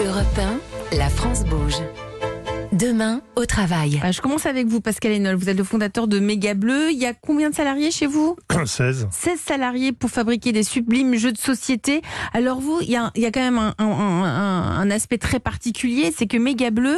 Europe 1, la France bouge. Demain, au travail. Euh, Je commence avec vous, Pascal Hénol. Vous êtes le fondateur de Méga Bleu. Il y a combien de salariés chez vous 16. 16 salariés pour fabriquer des sublimes jeux de société. Alors vous, il y a, il y a quand même un, un- un- un aspect très particulier, c'est que Méga Bleu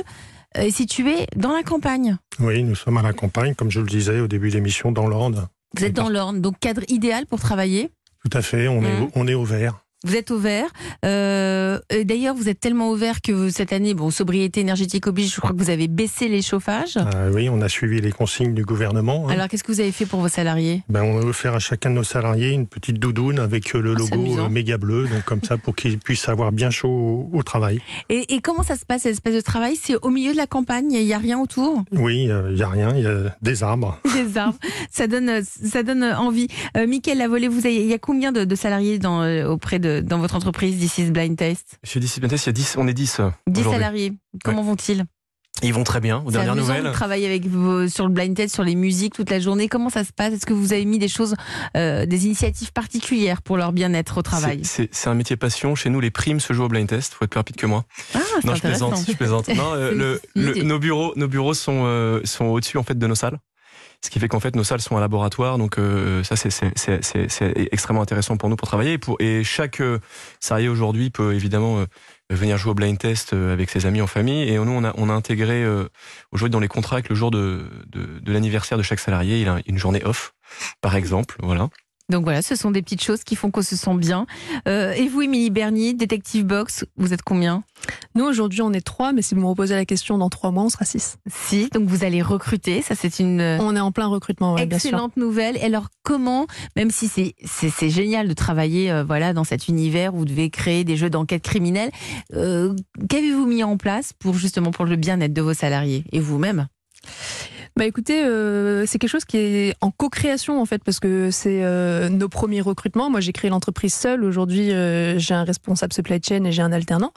euh, est situé dans la campagne. Oui, nous sommes à la campagne, comme je le disais au début de l'émission, dans l'Orne. Vous êtes dans l'Orne, donc cadre idéal pour travailler. Tout à fait, on, est, Mhm. au- on est au vert. Vous êtes au vert. Euh, et D'ailleurs, vous êtes tellement au vert que cette année, bon, sobriété énergétique oblige, je crois que vous avez baissé les chauffages. Ah oui, on a suivi les consignes du gouvernement. hein. Alors, qu'est-ce que vous avez fait pour vos salariés Ben, on a offert à chacun de nos salariés une petite doudoune avec euh, Ah, le c'est logo amusant. euh, méga bleu, donc comme ça pour qu'ils puissent avoir bien chaud au, au travail. Et, et comment ça se passe, cette espèce de travail C'est au milieu de la campagne, il n'y a rien autour Oui, il n'y a rien, il y a des arbres. des arbres. Ça donne, ça donne envie. Euh, Mickaël Lavolée, vous avez, il y a combien de, de salariés dans, euh, auprès de, dans votre entreprise d'ici Blind Test Chez Discipline Test, il y a 10, on est 10. euh, 10 aujourd'hui. salariés. Comment vont-ils Ils vont très bien, aux C'est dernières amusant de nouvelles. travailler avec vos, sur le Blind Test, sur les musiques toute la journée. Comment ça se passe Est-ce que vous avez mis des choses, euh, des initiatives particulières pour leur bien-être au travail C'est- C'est c'est un métier passion. Chez nous, les primes se jouent au blind test. Faut être plus rapide que moi. Ah, c'est Non, je intéressant. plaisante. Je plaisante. Non, euh, le- C'est une le- idée. nos bureaux, nos bureaux sont euh, sont au-dessus en fait de nos salles. Ce qui fait qu'en fait nos salles sont un laboratoire, donc euh, ça c'est- c'est- c'est c'est- c'est extrêmement intéressant pour nous pour travailler. Et, pour, et chaque euh, salarié aujourd'hui peut évidemment euh, venir jouer au blind test euh, avec ses amis en famille. Et nous on a on a intégré euh, aujourd'hui dans les contrats que le jour de de, de l'anniversaire de chaque salarié, il a une journée off, par exemple. Voilà. Donc voilà, ce sont des petites choses qui font qu'on se sent bien. Euh, et vous, Émilie Bernier, Détective Box, vous êtes combien Nous, aujourd'hui, on est trois, mais si vous me reposez la question dans trois mois, on sera six. Si, donc vous allez recruter. Ça, c'est une. euh, On est en plein recrutement, ouais, bien sûr. Excellente nouvelle. Et alors comment, même si c'est- c'est c'est génial de travailler euh, voilà dans cet univers où vous devez créer des jeux d'enquête criminelle, euh, qu'avez-vous mis en place pour justement pour le bien-être de vos salariés et vous-même Bah écoutez, euh, c'est quelque chose qui est en co-création en fait, parce que c'est euh, nos premiers recrutements. Moi, j'ai créé l'entreprise seule. Aujourd'hui, euh, j'ai un responsable supply chain et j'ai un alternant.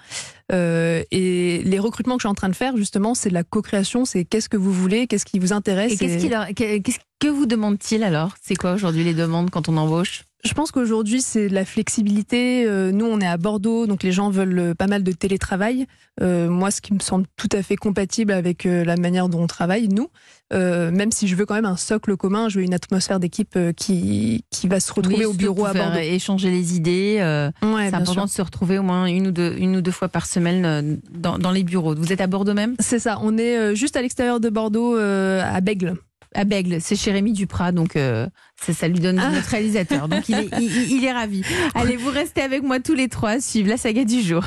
Euh, et les recrutements que je suis en train de faire, justement, c'est de la co-création. C'est qu'est-ce que vous voulez, qu'est-ce qui vous intéresse. Et qu'est-ce et- qui leur- que- qu'est-ce que vous demande-t-il alors C'est quoi aujourd'hui les demandes quand on embauche Je pense qu'aujourd'hui, c'est de la flexibilité. Euh, Nous, on est à Bordeaux, donc les gens veulent euh, pas mal de télétravail. Euh, moi, ce qui me semble tout à fait compatible avec euh, la manière dont on travaille, nous, euh, même si je veux quand même un socle commun, je veux une atmosphère d'équipe euh, qui, qui va se retrouver Oui, au surtout bureau pour à faire Bordeaux. échanger les idées. euh, Ouais, c'est bien important sûr. de se retrouver au moins une ou deux, une ou deux fois par semaine euh, dans, dans les bureaux. Vous êtes à Bordeaux même C'est ça, on est euh, juste à l'extérieur de Bordeaux, euh, à Bègle. à Ah, Bègle, c'est chez Rémi Duprat, donc euh, ça, ça lui donne du notre réalisateur. Donc il est, il- il- il est ravi. Allez, vous restez avec moi tous les trois, à suivre la saga du jour.